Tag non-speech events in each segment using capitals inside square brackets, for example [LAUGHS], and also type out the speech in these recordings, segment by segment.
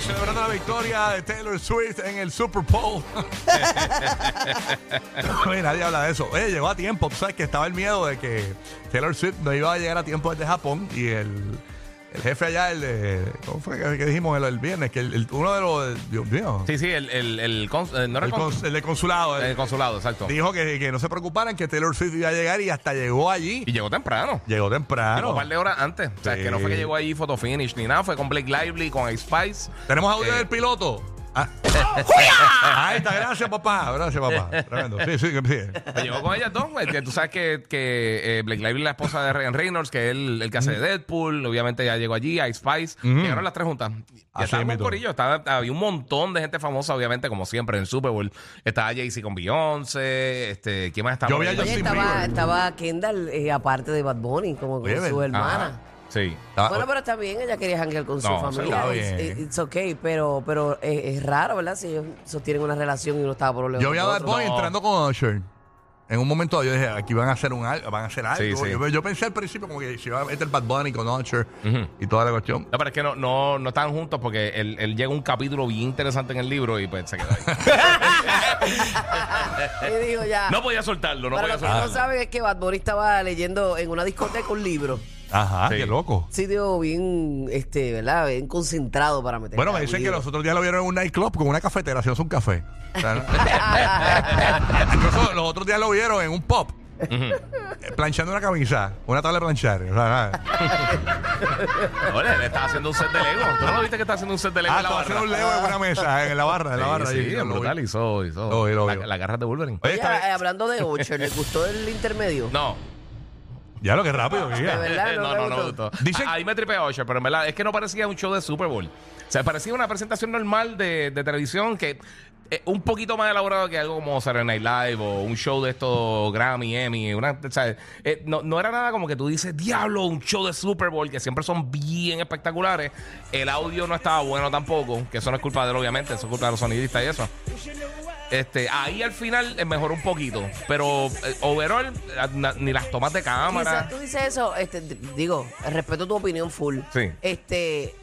celebrando la victoria de Taylor Swift en el Super [LAUGHS] Bowl. Oye, nadie habla de eso. Oye, llegó a tiempo. Tú sabes que estaba el miedo de que Taylor Swift no iba a llegar a tiempo desde Japón y el, el jefe allá, el de. ¿Cómo fue que, que dijimos el, el viernes? Que el, el- uno de los. Dios mío. Sí, sí, el, el, el, cons- eh, no era El, cons- eh, cons- el de consulado. el- el consulado, exacto. dijo que, que no se preocuparan, que Taylor Swift iba a llegar y hasta llegó allí. Y llegó temprano. Llegó Llegó temprano. un par de horas antes. O sea, Sí. que no fue que llegó ahí photo finish ni nada. Fue con Blake Lively, con Ice Spice. Tenemos audio Eh. del piloto. Ah. [LAUGHS] Ahí está, gracias papá, gracias papá. Tremendo. Sí, sí, que sí. Pues llegó con ellas dos. Este, Tú sabes que, que eh, Blake Lively, la esposa de Ryan Reynolds, que es el, el que hace de Deadpool, obviamente ya llegó allí, Ice Spice. Llegaron las tres juntas. Y Así estaba mismo. un corillo, estaba- había un montón de gente famosa, obviamente, como siempre, en el Super Bowl. Estaba Jay-Z con Beyoncé, este, ¿quién más estaba? Yo por vi ahí? a Oye, Justin estaba, Bieber. estaba Kendall, eh, aparte de Bad Bunny, como con Oye, su ¿verdad? hermana. Sí. Ah, Bueno, pero está bien, ella quería janguear con su No, familia. está it's- bien. It's, okay, pero, pero es, es raro, ¿verdad? Si ellos sostienen una relación y uno estaba por los Yo vi a Bad Bunny No. entrando con Usher. En un momento yo dije, aquí van a hacer un al- van a hacer algo. Sí, sí. Yo, yo pensé al principio como que se iba a meter Bad Bunny con Usher y toda la cuestión. No, pero es que no, no, no estaban juntos porque él, él llega a un capítulo bien interesante en el libro y pues se quedó ahí. Y dijo [LAUGHS] ya. No podía soltarlo, no podía para los que no Ah. soltarlo. saben es que Bad Bunny estaba leyendo en una discoteca un libro. Ajá, Sí. qué loco. Sitio bien, este, ¿verdad? Bien concentrado para meter. Bueno, me dicen que los otros días lo vieron en un nightclub con una cafetera haciendo un café. O sea, [LAUGHS] ¿no? Incluso los otros días lo vieron en un pop. eh, Planchando una camisa, una tabla de planchar. O sea, ah, nada. Oye, le estaba haciendo un set de Lego. ¿Tú no lo viste que está haciendo un set de Lego Ah, en la estaba barra? haciendo un leo en una mesa, en la barra, en la barra. sí, ahí, sí, lo vi. brutal. Hizo, hizo Lo vi, lo la, vi. la garra de Wolverine. Oye, Oye, esta vez- eh, hablando de Ocher, ¿le gustó el intermedio? No. ya lo que rápido, mira. eh, ah, De verdad, [LAUGHS] no no, me no, no, me gustó. gustó. Dicen- Ah, Ahí me tripea Osher, pero en verdad es que no parecía un show de Super Bowl. O sea, parecía una presentación normal de, de televisión que eh, un poquito más elaborado que algo como Saturday Night Live o un show de estos Grammy, Emmy. Una, o sea, eh, no, no era nada como que tú dices, diablo, un show de Super Bowl que siempre son bien espectaculares. El audio no estaba bueno tampoco, que eso no es culpa de él, obviamente, eso es culpa de los sonidistas y eso. Este, ahí al final eh, mejoró un poquito, pero eh, overall, eh, na- ni las tomas de cámara. Quizás tú dices eso, este, d- digo, respeto tu opinión full. Sí. Este,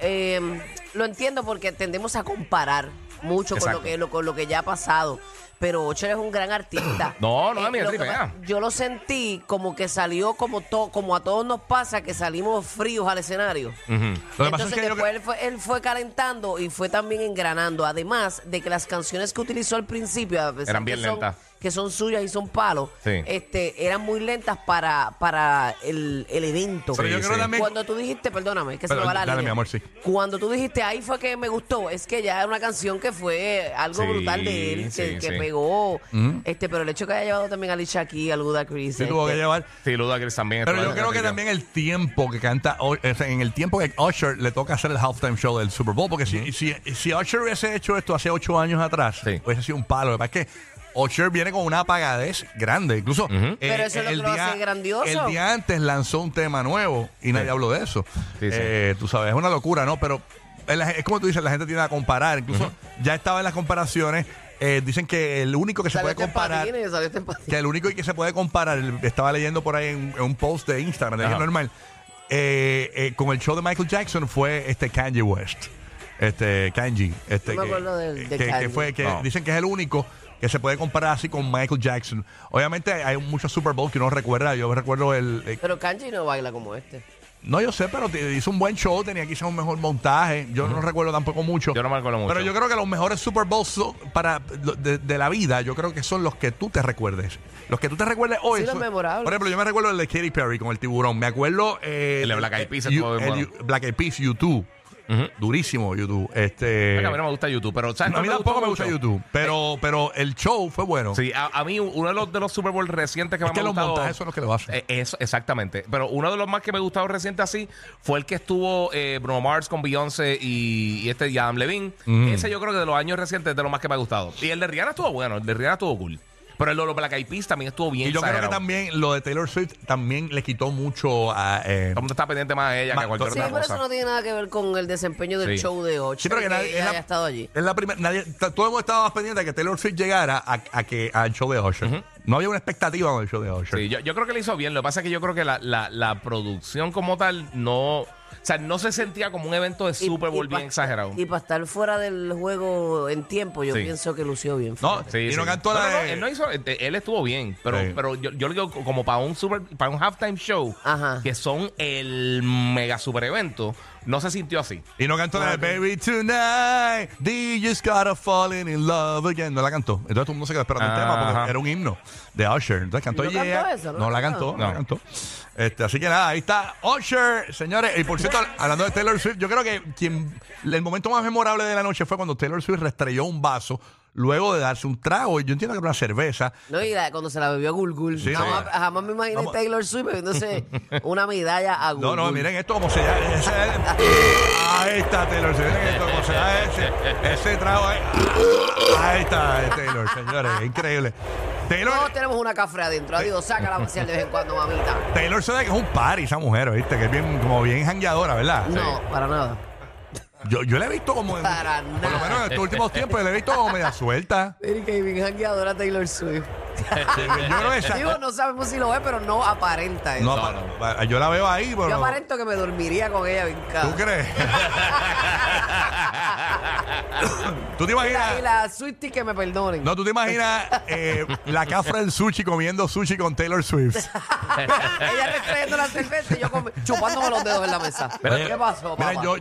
em, lo entiendo porque tendemos a comparar mucho con Exacto. lo, que, lo- con lo que ya ha pasado. Pero Ocher es un gran artista. [CLEARS THROAT] Eh, No, no, mira, lo que tripe, pa- ah. Yo lo sentí como que salió como to- como a todos nos pasa que salimos fríos al escenario. Lo que pasa Entonces es que yo después él, fue, él fue calentando y fue también engranando. Además de que las canciones que utilizó al principio, a pesar Eran bien que son- lentas. que son suyas y son palos, Sí. este, eran muy lentas para, para el, el evento. Pero yo Sí, creo sí. también. Cuando tú dijiste, perdóname, que Pero, se me va la dale, línea. mi amor, sí. Cuando tú dijiste, ahí fue que me gustó, es que ya era una canción que fue algo Sí, brutal de él, que, sí, que sí. pegó. este Pero el hecho que haya llevado también a Alicia aquí, a Ludacris. Se ¿Mm? tuvo que este, llevar. Sí, Ludacris también. Pero yo estuvo- creo que también el tiempo que canta, o- o sea, en el tiempo que Usher le toca hacer el halftime show del Super Bowl, porque si- si, si, Usher hubiese hecho esto hace ocho años atrás, Sí. hubiese sido un palo. Lo que pasa es que Usher viene con una apagadez grande. Incluso eh, Pero eso es lo que lo hace grandioso. el día antes lanzó un tema nuevo y nadie habló de eso. Sí, sí. Eh, tú sabes, es una locura, ¿no? Pero es la- es como tú dices, la gente tiene a comparar. Incluso ya estaba en las comparaciones. eh, dicen que el único que se salió puede este en comparar patines, salió este en patines. que el único que se puede comparar, estaba leyendo por ahí en, en un post de Instagram, de Ajá. normal, eh, eh, con el show de Michael Jackson fue este Kanye West. Este, Kanji. Este, No me acuerdo del- de que- que Kanye. fue, que No. Dicen que es el único que se puede comparar así con Michael Jackson. Obviamente hay muchos Super Bowl que uno recuerda. Yo recuerdo el... eh, Pero Kanji no baila como este. no, yo sé, pero te- hizo un buen show, tenía quizás un mejor montaje. Yo no recuerdo tampoco mucho. Yo no me acuerdo mucho. Pero yo creo que los mejores Super Bowls son para, de, de la vida, yo creo que son los que tú te recuerdes. Los que tú te recuerdes hoy. Sí, los son- memorables. Por ejemplo, yo me recuerdo el de Katy Perry con el tiburón. Me acuerdo. eh, El de Black Eyed Peas eh, estuvo el bien bueno. U- Black Eyed Peas, YouTube. Durísimo, YouTube. Este, A mí Eh, no me gusta YouTube, pero ¿sabes a mí cuál tampoco me gusta gustó mucho? YouTube. Pero, pero el show fue bueno. Sí, a, a mí uno de los, de los Super Bowl recientes que Es más me que ha los gustado... montajes son los que lo hacen. Eh, eso, exactamente. Pero uno de los más que me ha gustado reciente así fue el que estuvo eh, Bruno Mars con Beyoncé y, y este y Adam Levine. Mm. Ese yo creo que de los años recientes es de los más que me ha gustado. Y el de Rihanna estuvo bueno, el de Rihanna estuvo cool. Pero el de los Black Eyed Peas también estuvo bien y yo creo que exagerado. también lo de Taylor Swift también le quitó mucho a. eh, Todo el mundo está pendiente más de ella Ma- que a cualquier to- Sí, otra pero cosa. eso no tiene nada que ver con el desempeño del Sí. show de Ocher. Sí, pero que nadie, es ella la- haya estado allí. Es la primera. Nadie, t- todo el mundo estaba más pendiente de que Taylor Swift llegara a, a que al show de Usher. No había una expectativa con el show de Usher. Sí, yo, yo creo que le hizo bien. Lo que pasa es que yo creo que la, la, la producción como tal no. O sea, no se sentía como un evento de Y- Super Bowl y bien pa- exagerado. Y para estar fuera del juego en tiempo, yo Sí. pienso que lució bien. No, fíjate. Sí, y sí. no cantó la de- él no hizo, él- él estuvo bien, pero, Sí. pero yo, yo le digo como para un super, para un halftime show, Ajá. que son el mega super evento, no se sintió así. Y no cantó la de Baby Tonight, they just gotta falling in love again. No la cantó. Entonces todo el mundo se quedó esperando el Ah, tema porque ajá. era un himno de Usher. Entonces cantó ¿No ella. cantó eso? no, ¿No la cantó? cantó, no, la No. cantó. Este, así que nada, ahí está Usher, señores. Y por [LAUGHS] cierto, hablando de Taylor Swift, yo creo que quien, el momento más memorable de la noche fue cuando Taylor Swift restrelló un vaso luego de darse un trago. Yo entiendo que era una cerveza. No, y la- cuando se la bebió a Gul Gul. Sí, jamás, sí. jamás me imaginé Vamos. Taylor Swift [LAUGHS] bebiéndose una medalla a Gul No, no, Gul. miren esto como se da. ese- Ahí está Taylor, Swift, miren esto como se da ese, ese trago. Ahí, ahí está eh, Taylor, señores, increíble. Taylor, Todos tenemos una cafre adentro. Adiós, sácala a pasear de vez en cuando, mamita. Taylor se da que es un party esa mujer, ¿viste? Que es bien, como bien jangueadora, ¿verdad? No, para nada. Yo, yo la he visto como. en- Para Por lo nada. menos en estos últimos tiempos, la he visto como media suelta. Miren que bien jangueadora Taylor Swift. Yo no, esa- Digo, no sabemos si lo es, pero no aparenta eso. no, pa- yo la veo ahí, pero. Yo aparento que me dormiría con ella bien cara. ¿Tú [LAUGHS] crees? ¿Tú te imaginas? Y la Swiftie que me perdonen. No, tú te imaginas eh, la cafra del sushi comiendo sushi con Taylor Swift. [LAUGHS] ella restrayendo la cerveza y yo comi- chupándome los dedos en la mesa. Oye, ¿Qué pasó, mira, papá? yo-